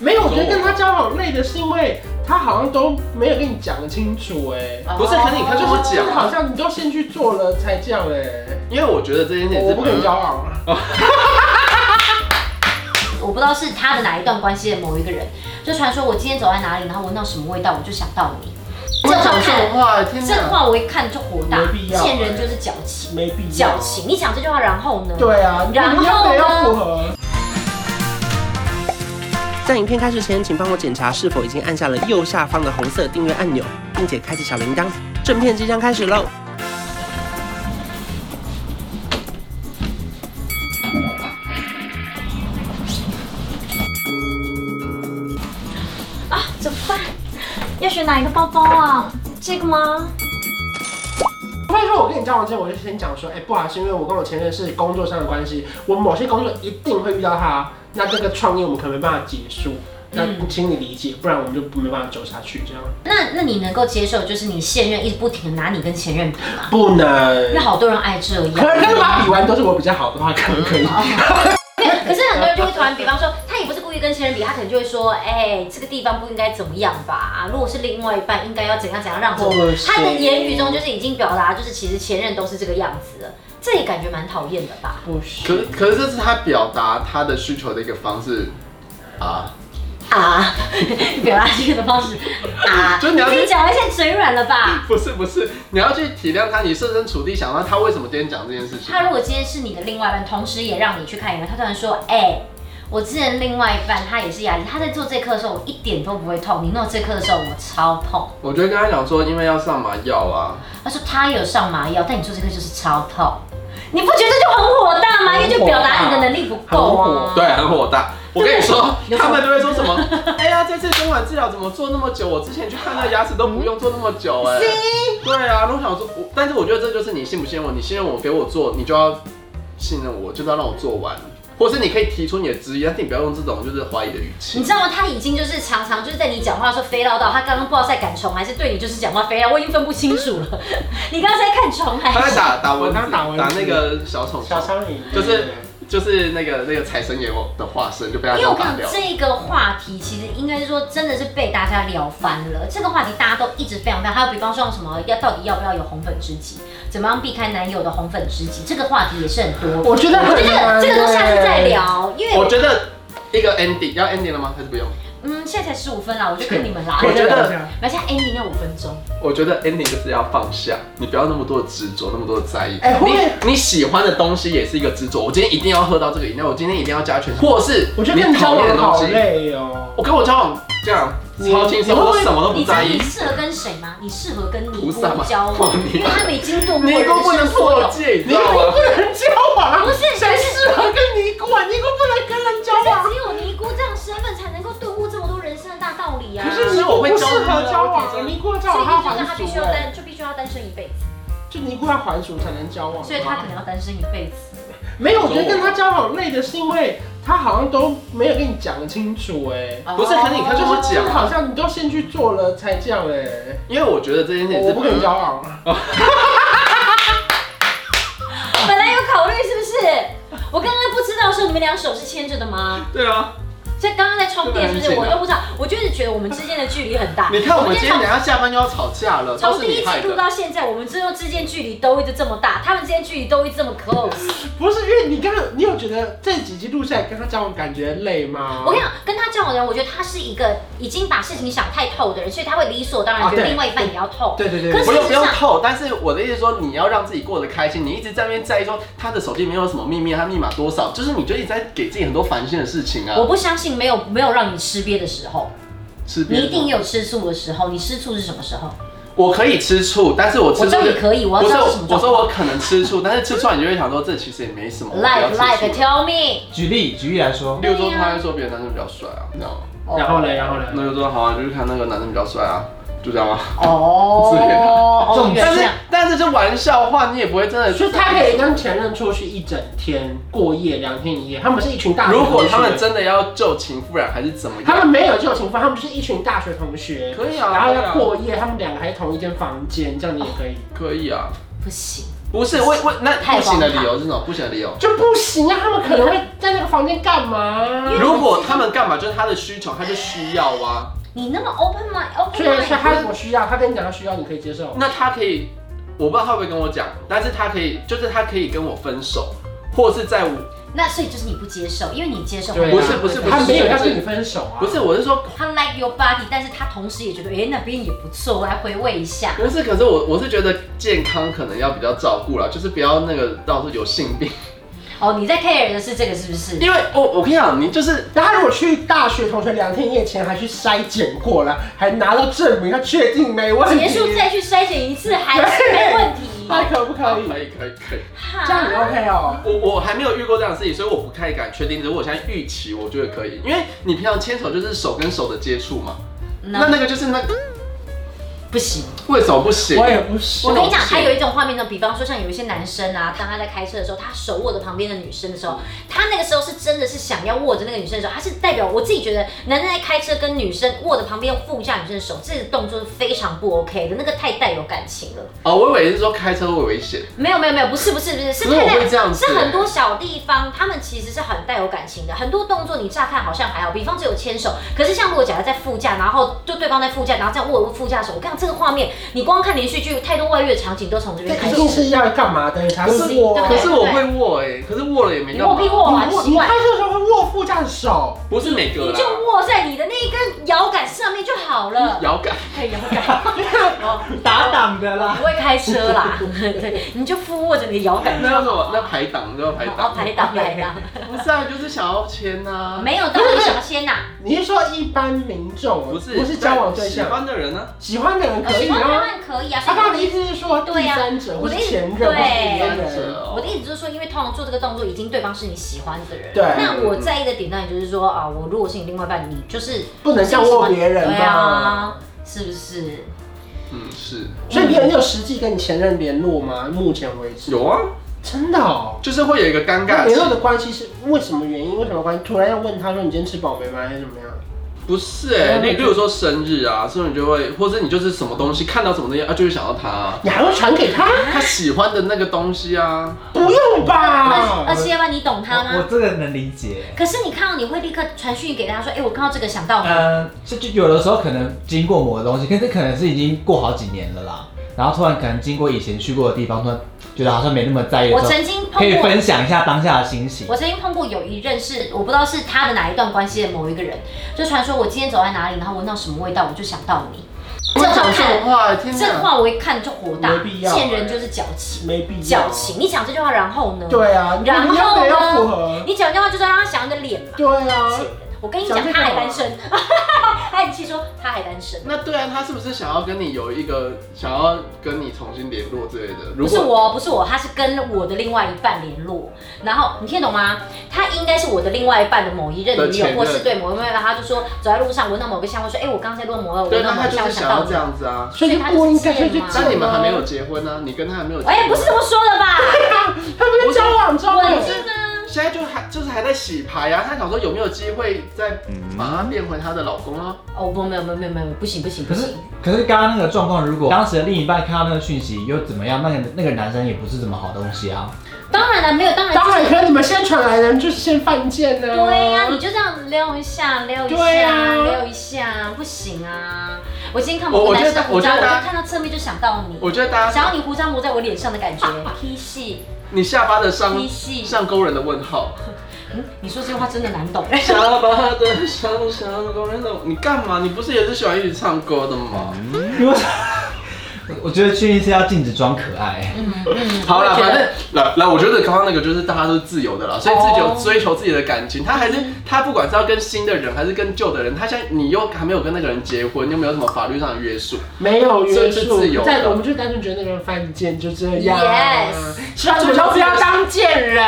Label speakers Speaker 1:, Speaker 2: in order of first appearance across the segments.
Speaker 1: 没有，我觉得跟他交往累的是因为他好像都没有跟你讲清楚哎，
Speaker 2: 哦
Speaker 3: 不是，可是你看
Speaker 1: 就
Speaker 3: 跟我
Speaker 1: 是
Speaker 3: 讲
Speaker 1: 好
Speaker 3: 啊，
Speaker 1: 像你都先去做了才这样哎，
Speaker 3: 因为我觉得这件事情
Speaker 1: 我
Speaker 3: 是
Speaker 1: 不跟你交往了。
Speaker 2: 我不知道是他的哪一段关系的某一个人，就传说我今天走在哪里，然后闻到什么味道，我就想到你。
Speaker 3: 不会讲这种话，天
Speaker 2: 这
Speaker 3: 哪！
Speaker 2: 话我一看就火大
Speaker 1: 没必，要
Speaker 2: 见人就是矫情，
Speaker 1: 没必要
Speaker 2: 矫情。你讲这句话，然后呢？
Speaker 1: 对啊，你
Speaker 2: 然
Speaker 1: 要
Speaker 2: 后
Speaker 1: 得要符
Speaker 2: 呢？
Speaker 1: 合。
Speaker 4: 在影片开始前，请帮我检查是否已经按下了右下方的红色订阅按钮，并且开启小铃铛。正片即将开始喽！
Speaker 2: 啊，怎么办？要选哪一个包包啊？这个吗？
Speaker 1: 我跟你说，我跟你交往之前，我就先讲说，哎、不好意思，因为我跟我前任是工作上的关系，我某些工作一定会遇到他，那这个创业我们可能没办法结束，那
Speaker 2: 嗯
Speaker 1: 请你理解，不然我们就没办法走下去，这样
Speaker 2: 那那你能够接受，就是你现任一直不停的拿你跟前任比吗？
Speaker 1: 不
Speaker 2: 因为
Speaker 1: 能。
Speaker 2: 好多人爱这
Speaker 1: 可能
Speaker 2: 样。
Speaker 1: 跟他比完都是我比较好的话，可能可以。
Speaker 2: 啊 可是很多人就会突然，比方说他也不是故意跟前任比，他可能就会说，哎、这个地方不应该怎么样吧？啊如果是另外一半，应该要怎样怎样让怎么
Speaker 1: 或者是
Speaker 2: 他的言语中就是已经表达，就是其实前任都是这个样子了，这也感觉蛮讨厌的吧？
Speaker 1: 不
Speaker 3: 可
Speaker 1: 行，
Speaker 3: 可是这是他表达他的需求的一个方式啊，
Speaker 2: 啊， 表达这个的方式啊，
Speaker 3: 就是你要
Speaker 2: 可
Speaker 3: 去
Speaker 2: 以讲一些嘴软了吧？
Speaker 3: 不是不是，你要去体谅他，你设身处地想到他为什么今天讲这件事情
Speaker 2: 他。如果今天是你的另外一半，同时也让你去看医院，他突然说，哎、我之前另外一半他也是牙医，他在做这课的时候我一点都不会痛，你弄这课的时候我超痛。
Speaker 3: 我就跟他讲说，因为要上麻药啊，
Speaker 2: 他说他有上麻药，但你做这个就是超痛，你不觉得就很火大吗？因为就表达你的能力不够啊。
Speaker 3: 对，很火大。我跟你说，他们都会说什么？ 哎呀，这次根管治疗怎么做那么久？我之前去看那牙齿都不用做那么久哎、对啊，那我想说，我但是我觉得这就是你信不信任我，你信任我给我做，你就要信任我，就是要让我做完，或是你可以提出你的质疑，但是你不要用这种就是怀疑的语
Speaker 2: 你
Speaker 3: 气。
Speaker 2: 知道吗？他已经就是常常就是在你讲话的时候飞唠叨，他刚刚不知道在赶虫还是对你就是讲话飞啊唠，我已经分不清 楚了。你刚刚在看虫还
Speaker 3: 他在
Speaker 2: 是？
Speaker 3: 打打蚊子，
Speaker 1: 我刚打蚊子
Speaker 3: 那个小虫，
Speaker 1: 小苍蝇
Speaker 3: 就是就是那个那个财神爷的化身就被他
Speaker 2: 因为我
Speaker 3: 打
Speaker 2: 看
Speaker 3: 掉。
Speaker 2: 这个话题，其实应该是说真的是被大家聊翻了。这个话题大家都一直非常非常，还有比方说什么要到底要不要有红粉知己，怎么样避开男友的红粉知己，这个话题也是很多。
Speaker 1: 我觉得
Speaker 2: 我
Speaker 1: 很
Speaker 2: 觉
Speaker 1: 难
Speaker 2: 得
Speaker 1: 欸
Speaker 2: 这个都下次再。聊，因
Speaker 3: 我
Speaker 2: 为
Speaker 3: 觉得一个 ending 要 ending 了吗？还是不用？
Speaker 2: 嗯现在才十五分啦，我就跟你们啦。
Speaker 3: 我觉得
Speaker 2: 而且 ending 要五分钟，
Speaker 3: 我觉得 ending 就是要放下，你不要那么多的执着，那么多的在意。
Speaker 1: 哎会不会
Speaker 3: 你你喜欢的东西也是一个执着。我今天一定要喝到这个饮料，我今天一定要加全糖，或是
Speaker 1: 我觉得
Speaker 3: 你
Speaker 1: 跟你交
Speaker 3: 讨厌的
Speaker 1: 往
Speaker 3: 东
Speaker 1: 好
Speaker 3: 西。
Speaker 1: 累哦。
Speaker 3: 我跟我交往这样
Speaker 1: 你
Speaker 3: 超轻松，
Speaker 1: 你会不
Speaker 3: 我
Speaker 1: 会
Speaker 3: 什么都不
Speaker 2: 你知道
Speaker 3: 在意
Speaker 2: 你。适合跟谁吗？你适合跟尼
Speaker 3: 菩
Speaker 2: 姑
Speaker 3: 萨吗
Speaker 2: 交往， 因为他们已经度过
Speaker 3: 你都不能
Speaker 2: 人生所
Speaker 3: 破
Speaker 2: 有。
Speaker 3: 戒，你知道吗？
Speaker 1: 人交往
Speaker 2: 不是
Speaker 1: 谁适合跟尼姑啊？尼姑不能跟人交往。
Speaker 2: 只有尼姑这样身份才能够度过这么多人生的大道理啊！
Speaker 1: 可是
Speaker 3: 尼
Speaker 1: 尼
Speaker 3: 姑
Speaker 1: 姑
Speaker 3: 不
Speaker 1: 不
Speaker 3: 适
Speaker 1: 适
Speaker 3: 合
Speaker 1: 合
Speaker 3: 交
Speaker 1: 交
Speaker 3: 往
Speaker 1: 往
Speaker 3: 啊
Speaker 1: 啊，尼姑要
Speaker 2: 所
Speaker 1: 交
Speaker 2: 以
Speaker 1: 往
Speaker 2: 你
Speaker 1: 要
Speaker 2: 就说他
Speaker 1: 还
Speaker 2: 必须
Speaker 1: 俗
Speaker 2: 要
Speaker 1: 哎，
Speaker 3: 欸
Speaker 2: 单，就必须要单身一辈子。
Speaker 1: 就尼姑要还俗才能交往。
Speaker 2: 所以他可能要单身一辈子。
Speaker 1: 没有，我觉得跟他交往累的是因为他好像都没有跟你讲清楚哎，
Speaker 3: 不是，可是你看，
Speaker 1: 就
Speaker 3: 就是是讲啊，
Speaker 2: 哦
Speaker 1: 好像你都先去做了才这样哎，
Speaker 3: 因为我觉得这件事情
Speaker 1: 我
Speaker 3: 是
Speaker 1: 不跟你交往了。
Speaker 2: 本来有考虑是不是？我刚刚不知道说你们俩手是牵着的吗？
Speaker 3: 对啊，
Speaker 2: 所以刚刚在充电是不
Speaker 3: 这
Speaker 2: 是？
Speaker 3: 个很紧啊
Speaker 2: 我又不知道，我就是觉得我们之间的距离很大。
Speaker 3: 你看我们今天
Speaker 2: 我
Speaker 3: 等
Speaker 2: 们
Speaker 3: 一下下班就要吵架了，
Speaker 2: 从
Speaker 3: 都
Speaker 2: 从
Speaker 3: 是
Speaker 2: 第
Speaker 3: 你
Speaker 2: 一
Speaker 3: 害
Speaker 2: 季度
Speaker 3: 的。
Speaker 2: 到现在，我们之中之间距离都一直这么大，他们之间距离都一直这么 close。
Speaker 3: 啊
Speaker 1: 不是，因为你刚刚你有觉得这几集录下来跟他交往感觉累吗？
Speaker 2: 我跟你讲，跟他交往的人，我觉得他是一个已经把事情想太透的人，所以他会理所当然觉
Speaker 1: 啊
Speaker 2: 得
Speaker 1: 对
Speaker 2: 另外一半也要透。
Speaker 1: 对对对
Speaker 2: 可
Speaker 1: 对，
Speaker 2: 是
Speaker 3: 不用不用
Speaker 2: 事实上
Speaker 3: 透，但是我的意思是说，你要让自己过得开心。你一直在那边在意说他的手机里面有什么秘密，他密码多少，就是你就一直在给自己很多烦心的事情啊
Speaker 2: 我。不相信没有没有让你吃瘪的时候，
Speaker 3: 吃
Speaker 2: 你
Speaker 3: 别的
Speaker 2: 一定也有吃醋的时候。你吃醋是什么时候？
Speaker 3: 我可以吃醋，但是我吃醋
Speaker 2: 我知道你可以我要
Speaker 3: 不
Speaker 2: 知
Speaker 3: 是
Speaker 2: 道是什么
Speaker 3: 我
Speaker 2: 状
Speaker 3: 说
Speaker 2: 况
Speaker 3: 我可能吃醋，但是吃出来你就会想说这其实也没什么。我不要
Speaker 2: Like
Speaker 3: 吃醋
Speaker 2: like tell me，
Speaker 5: 举例举例来说，
Speaker 3: 例如说他会说别的男生比较帅啊，你知道吗？
Speaker 1: 然后呢，然后
Speaker 3: 那
Speaker 1: 呢？
Speaker 3: 就说好啊，就是看那个男生比较帅啊，就这样啊。
Speaker 2: 哦
Speaker 3: 之类的
Speaker 2: 哦，原
Speaker 3: 但
Speaker 2: 来这
Speaker 3: 是
Speaker 2: 样。
Speaker 3: 但是这玩笑话你也不会真的。
Speaker 1: 所以他可以跟前任出去一整天过夜，两天一夜，他们是一群大学
Speaker 3: 如
Speaker 1: 同学。
Speaker 3: 果他们真的要救情夫人还是怎么样？
Speaker 1: 他们没有旧情分，他们是一群大学同学，
Speaker 3: 可以啊
Speaker 1: 然后要
Speaker 3: 可以啊
Speaker 1: 过夜，他们两个还同一间房间，这样你也可以。
Speaker 3: 可以啊。
Speaker 2: 不行，
Speaker 3: 不是，为为那
Speaker 2: 太
Speaker 3: 不行的
Speaker 2: 荒唐
Speaker 3: 理由是什么？不行的理由。
Speaker 1: 就不行啊！他们可能会在那个房间干嘛？
Speaker 3: 如果他们干嘛，就是他的需求，他就需要啊。
Speaker 2: 你那么 open mind，open
Speaker 1: 所以是他
Speaker 2: mind，
Speaker 1: 我需要，他跟你讲他需要，你可以接受。
Speaker 3: 那他可以，我不知道他会不会跟我讲，但是他可以，就是他可以跟我分手，或是在我
Speaker 2: 那所以就是你不接受，因为你接受
Speaker 1: 对啊
Speaker 3: 不是不是不是
Speaker 1: 他没有要跟你分手啊。
Speaker 3: 不是，我是说，
Speaker 2: 他 like your body，但是他同时也觉得，哎、那边也不错，我来回味一下。
Speaker 3: 不是，可是我我是觉得健康可能要比较照顾啦，就是不要那个到时候有性病，
Speaker 2: 哦，你在 care 的是这个是不是？
Speaker 3: 因为我我跟你讲，你就是
Speaker 1: 然后他如果去大学同学两天夜前还去筛检过了，还拿到证明，他确定没问题。
Speaker 2: 结束再去筛选一次还是没问题。
Speaker 1: 那可不可以？
Speaker 3: 可以可以可以，
Speaker 1: 这样你 OK 哦？
Speaker 3: 我我还没有遇过这样的事情，所以我不太敢确定。如果我现在预期，我觉得可以，因为你平常牵手就是手跟手的接触嘛，那
Speaker 2: 那
Speaker 3: 那个就是那
Speaker 2: 不行。
Speaker 3: 为什么不行？
Speaker 1: 我也不是
Speaker 2: 我
Speaker 3: 我。
Speaker 2: 跟你讲，
Speaker 3: 不行
Speaker 2: 还有一种画面呢，比方说像有一些男生啊，当他在开车的时候，他手握着旁边的女生的时候，他那个时候是真的是想要握着那个女生的手，他是代表我自己觉得，男生在开车跟女生握着旁边副驾女生的手，这个动作是非常不 OK 的，那个太带有感情了。
Speaker 3: 哦，我以为是说开车会危险，
Speaker 2: 没有没有没有，不是不是不是，是
Speaker 3: 可是我
Speaker 2: 太
Speaker 3: 会这样子
Speaker 2: 是很多小地方，他们其实是很带有感情的。很多动作你乍看好像还好，比方只有牵手，可是像如果假如在副驾，然后就对方在副驾，然后再握我副驾的手，我看这个画面，你光看连续剧，太多外遇的场景都从这边开
Speaker 1: 一
Speaker 2: 始。
Speaker 1: 定是要干嘛的？他握
Speaker 2: 对
Speaker 3: 可是我会握哎、可是握了也没
Speaker 2: 你
Speaker 3: 干
Speaker 2: 握
Speaker 3: 嘛
Speaker 2: 屁，握完
Speaker 1: 握
Speaker 2: 习
Speaker 1: 你
Speaker 2: 惯
Speaker 1: 开，车的时候会握副驾的手，
Speaker 3: 不是每个
Speaker 2: 你
Speaker 3: 啦
Speaker 2: 就，握在你的那一根摇杆上面就好了。
Speaker 3: 摇杆。
Speaker 2: 太摇杆，
Speaker 1: 打挡的
Speaker 2: 我
Speaker 1: 啦。
Speaker 2: 不会开车啦。对，你就附握着你的摇杆就
Speaker 3: 那叫
Speaker 2: 好
Speaker 3: 什么？那排档，那叫排
Speaker 2: 好
Speaker 3: 档。
Speaker 2: 哦排档排档，
Speaker 3: 不是啊，就是想要签呐、啊。
Speaker 2: 没有到底想先呐。
Speaker 1: 你是说一般民众
Speaker 3: 不是，
Speaker 1: 不是交往对
Speaker 3: 喜
Speaker 1: 象，
Speaker 3: 欢的人啊呢、
Speaker 1: 喜欢的人可以
Speaker 2: 喜欢台
Speaker 1: 啊。
Speaker 2: 湾可以啊，
Speaker 1: 他
Speaker 2: 所
Speaker 1: 刚
Speaker 2: 以我
Speaker 1: 刚的意思是说啊第三者或是前任或是别
Speaker 3: 啊，
Speaker 2: 对
Speaker 1: 人，
Speaker 3: 哦
Speaker 2: 哎我的意思就是说，因为通常做这个动作，已经对方是你喜欢的人。
Speaker 1: 对
Speaker 2: 那我在意的点当然就是说啊，我如果是你另外一半，你就是
Speaker 1: 不能这样握别人
Speaker 2: 对
Speaker 1: 吧？
Speaker 2: 啊，是不是？
Speaker 3: 嗯，是
Speaker 1: 所以别人有实际跟你前任联络吗？目前为止
Speaker 3: 有啊，
Speaker 1: 真的哦。
Speaker 3: 就是会有一个尴
Speaker 1: 那
Speaker 3: 尬
Speaker 1: 联络
Speaker 3: 期。
Speaker 1: 的关系是为什么原因？为什么关系？突然要问他说你今天吃饱没吗？还是怎么样？
Speaker 3: 不是哎、
Speaker 1: 嗯
Speaker 3: 你例如说生日啊，所以你就会，或者你就是什么东西看到什么东西啊，就会想到他、
Speaker 1: 你还会传给他？
Speaker 3: 他喜欢的那个东西啊。
Speaker 1: 不用
Speaker 2: 二
Speaker 1: 吧？
Speaker 2: 二七幺八，你懂他
Speaker 5: 我我
Speaker 2: 吗？
Speaker 5: 这个能理解。
Speaker 2: 可是你看到你会立刻传讯给他说，哎，我看到这个想到你。
Speaker 5: 嗯，就就有的时候可能经过某个东西，可是可能是已经过好几年了啦，然后突然可能经过以前去过的地方，突然觉得好像没那么在意的
Speaker 2: 我
Speaker 5: 时候，
Speaker 2: 曾经
Speaker 5: 可
Speaker 2: 碰
Speaker 5: 以
Speaker 2: 过
Speaker 5: 分享一下当下的心情
Speaker 2: 我。曾经碰过有一任是，我不知道是他的哪一段关系的某一个人，就传说我今天走在哪里，然后闻到什么味道，我就想到你。
Speaker 3: 我讲这种话，天
Speaker 2: 这
Speaker 3: 哪！
Speaker 2: 话我一看就火大
Speaker 1: 没必，要
Speaker 2: 见人就是矫情，
Speaker 1: 没必要。
Speaker 2: 矫情。你讲这句话，然后呢？
Speaker 1: 对啊，
Speaker 2: 然后
Speaker 1: 你要得要符
Speaker 2: 呢
Speaker 1: 合？。
Speaker 2: 你讲这句话就是要让他想你的脸嘛。
Speaker 1: 对啊
Speaker 2: 贱，人我跟你
Speaker 1: 讲啊这
Speaker 2: 讲，他
Speaker 1: 个
Speaker 2: 还
Speaker 1: 嘛
Speaker 2: 单身， 他很气说他还单身。
Speaker 3: 那对啊，他是不是想要跟你有一个想要跟你重新联络之类的？
Speaker 2: 不
Speaker 3: 如
Speaker 2: 是
Speaker 3: 果
Speaker 2: 我，不是我，他是跟我的另外一半联络，然后你听得懂吗？他应该是我的另外一半的某一任
Speaker 3: 的
Speaker 2: 女友
Speaker 3: 前，任
Speaker 2: 或是对某一任，他就说走在路上闻到某个香味，说哎、我刚才路过某个，我
Speaker 3: 对，
Speaker 2: 闻到
Speaker 3: 那
Speaker 2: 某
Speaker 3: 他
Speaker 2: 个
Speaker 3: 就
Speaker 2: 香味
Speaker 3: 是
Speaker 2: 想
Speaker 3: 想
Speaker 2: 到
Speaker 3: 要
Speaker 2: 你
Speaker 3: 这。样子啊。
Speaker 1: 所以就不应该
Speaker 2: 所
Speaker 1: 就
Speaker 2: 以
Speaker 1: 去
Speaker 2: 他
Speaker 1: 找
Speaker 2: 是贱
Speaker 3: 但你们还没有结婚啊呢、你跟他还没有结婚。
Speaker 2: 哎、不是这么说 的吧？
Speaker 1: 他们在交往中
Speaker 2: 我
Speaker 1: 哎，
Speaker 2: 是呢，
Speaker 3: 现在就还就是还在洗牌啊，她想说有没有机会再把她变回她的老公啊？
Speaker 2: 哦不，没有没有没有没有，不行不行不
Speaker 5: 可是
Speaker 2: 行，
Speaker 5: 可是刚刚那个状况，如果当时的另一半看到那个讯息又怎么样？那个那个男生也不是什么好东西啊。
Speaker 2: 当然了，没有当然
Speaker 1: 当
Speaker 2: 就是
Speaker 1: 然，可是你们先传来的人就是先犯贱哦呢。
Speaker 2: 对呀、你就这样撩一下，撩一
Speaker 1: 对
Speaker 2: 下，
Speaker 1: 啊
Speaker 2: 撩一下，不行啊！我今天看
Speaker 3: 我
Speaker 2: 某
Speaker 3: 我
Speaker 2: 个
Speaker 3: 觉
Speaker 2: 男
Speaker 3: 得
Speaker 2: 生
Speaker 3: 大
Speaker 2: 胡渣，
Speaker 3: 我觉
Speaker 2: 我就
Speaker 3: 得大
Speaker 2: 看到侧面就想到你，
Speaker 3: 我觉得大
Speaker 2: 想
Speaker 3: 家，
Speaker 2: 要你胡渣抹在我脸上的 感觉，批戏
Speaker 3: 你下巴的上
Speaker 2: 批戏。
Speaker 3: 上勾人的问 号，
Speaker 2: 嗯，你说这句话真的 难懂。
Speaker 3: 下巴的上上勾人的，你干嘛？你不是也是喜欢一直唱歌的吗？
Speaker 5: 因为我觉得去一次要禁止装可爱。
Speaker 3: 好了，
Speaker 2: 我也觉
Speaker 3: 反
Speaker 2: 得
Speaker 3: 正来来，我觉得刚刚那个就是大家都是自由的啦，所以自己有
Speaker 2: 哦
Speaker 3: 追求自己的感情，他还是他不管是要跟新的人还是跟旧的人，他现在你又还没有跟那个人结婚，又没有什么法律上的约束，
Speaker 1: 没有约
Speaker 3: 这是
Speaker 1: 束
Speaker 3: 自由，的
Speaker 1: 但我们就单纯觉得那个人犯贱，就这样。
Speaker 2: Yes
Speaker 3: 嗯
Speaker 1: 希望你们都不要当贱人。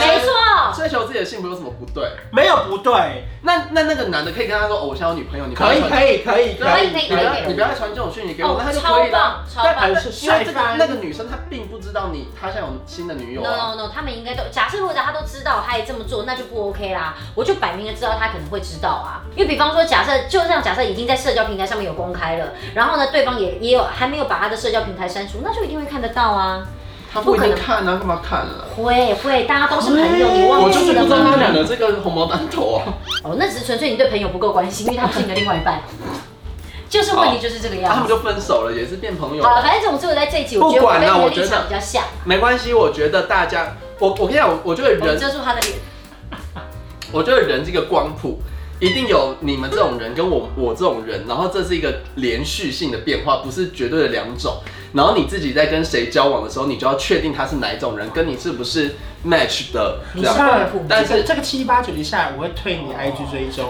Speaker 2: 没错，
Speaker 3: 追求自己的幸福有什么不对？
Speaker 1: 没有不对，
Speaker 3: 那那那个男的可以跟他说，哦，我现在有女朋友，你不要
Speaker 1: 可以
Speaker 3: 传
Speaker 1: 可以可以
Speaker 2: 可以可以
Speaker 3: 你不要
Speaker 2: 可以
Speaker 3: 你不要再传这种讯息给我，
Speaker 2: 哦
Speaker 3: 那他，就可
Speaker 2: 超
Speaker 3: 以了。
Speaker 2: 棒，超棒。
Speaker 1: 但是
Speaker 3: 因为
Speaker 1: 帅
Speaker 3: 这个
Speaker 1: 翻
Speaker 3: 那个女生她并不知道你，她现在有新的女友
Speaker 2: No
Speaker 3: 啊。
Speaker 2: no no，他们应该都假设如果他都知道，他也这么做，那就不 OK 啦。我就摆明了知道他可能会知道啊，因为比方说假设就这样，假设已经在社交平台上面有公开了，然后呢，对方也也有还没有把他的社交平台删除，那就一定会看得到啊。
Speaker 3: 他不一定看啊，干嘛看啊？
Speaker 2: 会会，大家都是朋友，你忘
Speaker 3: 我就是
Speaker 2: 记
Speaker 3: 不
Speaker 2: 了
Speaker 3: 知道他
Speaker 2: 吗？
Speaker 3: 染了这个红毛丹头啊，
Speaker 2: 哦，那只是纯粹你对朋友不够关心，因为他不是你的另外一半，就是问题就是这个
Speaker 3: 他
Speaker 2: 样
Speaker 3: 们
Speaker 2: 子。
Speaker 3: 就分手了，也是变朋友。
Speaker 2: 好了，反正总之我在这一集，我觉得
Speaker 3: 不
Speaker 2: 我
Speaker 3: 管
Speaker 2: 跟
Speaker 3: 啦
Speaker 2: 你
Speaker 3: 我
Speaker 2: 的
Speaker 3: 觉得
Speaker 2: 立场比较像，
Speaker 3: 没关系，我觉得大家，我我跟你讲，我我觉得
Speaker 2: 我们
Speaker 3: 人，
Speaker 2: 遮住他的脸。
Speaker 3: 我觉得人这个光谱。一定有你们这种人跟我我这种人，然后这是一个连续性的变化，不是绝对的两种。然后你自己在跟谁交往的时候，你就要确定他是哪一种人，跟你是不是 match 的这
Speaker 2: 你是
Speaker 3: 样。
Speaker 1: 看
Speaker 2: 不，
Speaker 1: 但
Speaker 3: 但是
Speaker 1: 是这个七八九以下，我会退你 IG 追踪哦。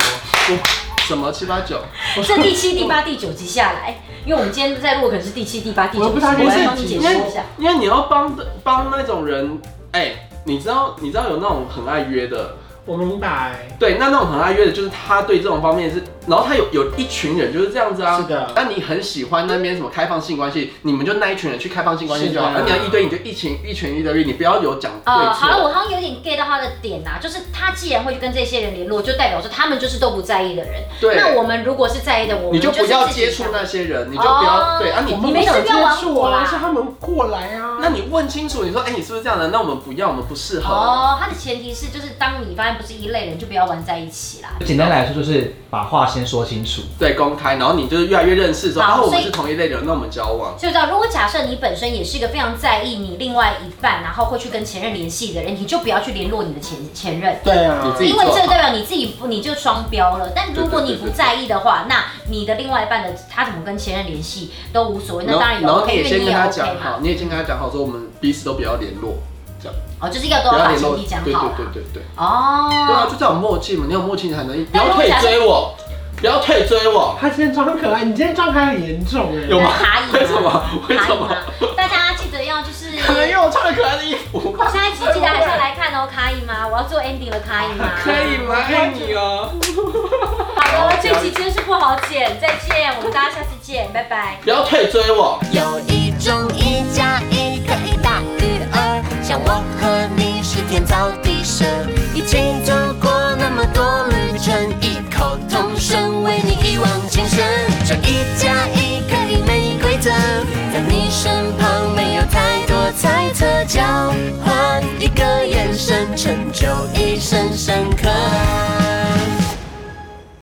Speaker 3: 什么七八九？
Speaker 2: 这第七、第八、第九集下来，因为我们今天在录，可能是第七、第八、第九
Speaker 1: 我
Speaker 2: 集，
Speaker 1: 不
Speaker 2: 我
Speaker 1: 知道这
Speaker 2: 来
Speaker 1: 是
Speaker 2: 帮你解
Speaker 3: 因
Speaker 2: 说
Speaker 3: 为
Speaker 2: 一下。
Speaker 3: 因为你要帮帮那种人，哎、你知道你知道有那种很爱约的，
Speaker 1: 我明白，
Speaker 3: 对，那那种很爱约的，就是他对这种方面是，然后他有有一群人就是这样子啊。
Speaker 1: 是的
Speaker 3: 那你很喜欢那边什么开放性关系，你们就那一群人去开放性关系就好。
Speaker 1: 是的
Speaker 3: 那你要一对一就一群一群一对一，你不要有讲对
Speaker 2: 呃，好了，
Speaker 3: 错。
Speaker 2: 我好像有点 get 到他的点呐、就是他既然会去跟这些人联络，就代表说他们就是都不在意的人。
Speaker 3: 对
Speaker 2: 那我们如果是在意的，我们
Speaker 3: 你就不要
Speaker 2: 是自己
Speaker 3: 接触
Speaker 2: 想
Speaker 3: 那些人，你就不要
Speaker 2: 哦
Speaker 3: 对啊，你
Speaker 1: 我们
Speaker 3: 不
Speaker 2: 没事
Speaker 1: 想
Speaker 2: 不要玩
Speaker 1: 接触
Speaker 2: 我啦
Speaker 1: 啊，是他们过来啊。
Speaker 3: 那你问清楚，你说哎、你是不是这样的？那我们不要，我们不适合。
Speaker 2: 哦，他的前提是就是当你发现不是一类人，就不要玩在一起啦。
Speaker 5: 简单来说就是把话先说清楚。
Speaker 3: 对，公开，然后你就是越来越认识说，
Speaker 2: 好
Speaker 3: 啊，我
Speaker 2: 所
Speaker 3: 们
Speaker 2: 以
Speaker 3: 是同一类人，那我们交往。
Speaker 2: 所以我知道，如果假设你本身也是一个非常在意你另外一半，然后会去跟前任联系的人，你就不要去联络你的前前任。
Speaker 1: 对
Speaker 3: 你
Speaker 1: 啊
Speaker 3: 自，己
Speaker 2: 因为
Speaker 3: 做
Speaker 2: 这
Speaker 3: 好
Speaker 2: 代表你自己不，你就双标了。但如果
Speaker 3: 对对对
Speaker 2: 你不在意的话，那你的另外一半的他怎么跟前任联系都无所谓，那
Speaker 3: 然后
Speaker 2: 当然有
Speaker 3: 然后
Speaker 2: OK，
Speaker 3: 你也
Speaker 2: 因为
Speaker 3: 先
Speaker 2: 你
Speaker 3: 跟
Speaker 2: 也
Speaker 3: 他
Speaker 2: OK
Speaker 3: 讲好
Speaker 2: 嘛。，
Speaker 3: 你也先跟他讲好，说我们彼此都不要联络，
Speaker 2: 哦，就是要都
Speaker 3: 不要
Speaker 2: 要把
Speaker 3: 联
Speaker 2: 前
Speaker 3: 络
Speaker 2: 提，讲
Speaker 3: 对
Speaker 2: 好啊
Speaker 3: 对
Speaker 2: 啦。
Speaker 3: 对对对，对啊，
Speaker 2: 哦，
Speaker 3: 就这种默契嘛，你有默契才能，不
Speaker 2: 但如
Speaker 3: 要
Speaker 2: 果
Speaker 3: 退
Speaker 2: 假设
Speaker 3: 追我，不要退追我，
Speaker 1: 他今天装可爱，你今天状态很严重哎。
Speaker 3: 有吗
Speaker 2: 哈姨
Speaker 3: 啊
Speaker 2: 吗
Speaker 3: 为什么为什么
Speaker 2: 哈姨吗大家记得要就是。
Speaker 3: 可能因为哎我穿了可爱的衣服，
Speaker 2: 下一集记得还是要来 看哦，卡以吗？我要做 ending 了，卡以吗？
Speaker 3: 可以吗？爱你哦，
Speaker 2: 好了，这集真是不好剪，再见，我们大家下次见，拜拜。
Speaker 3: 不要退追我。
Speaker 6: 有一种一加一可以大于二，像我和你是天造地设，一起走过那么多旅程，异口同声为你一往情深。这一加一可以没规则，在你身旁没有太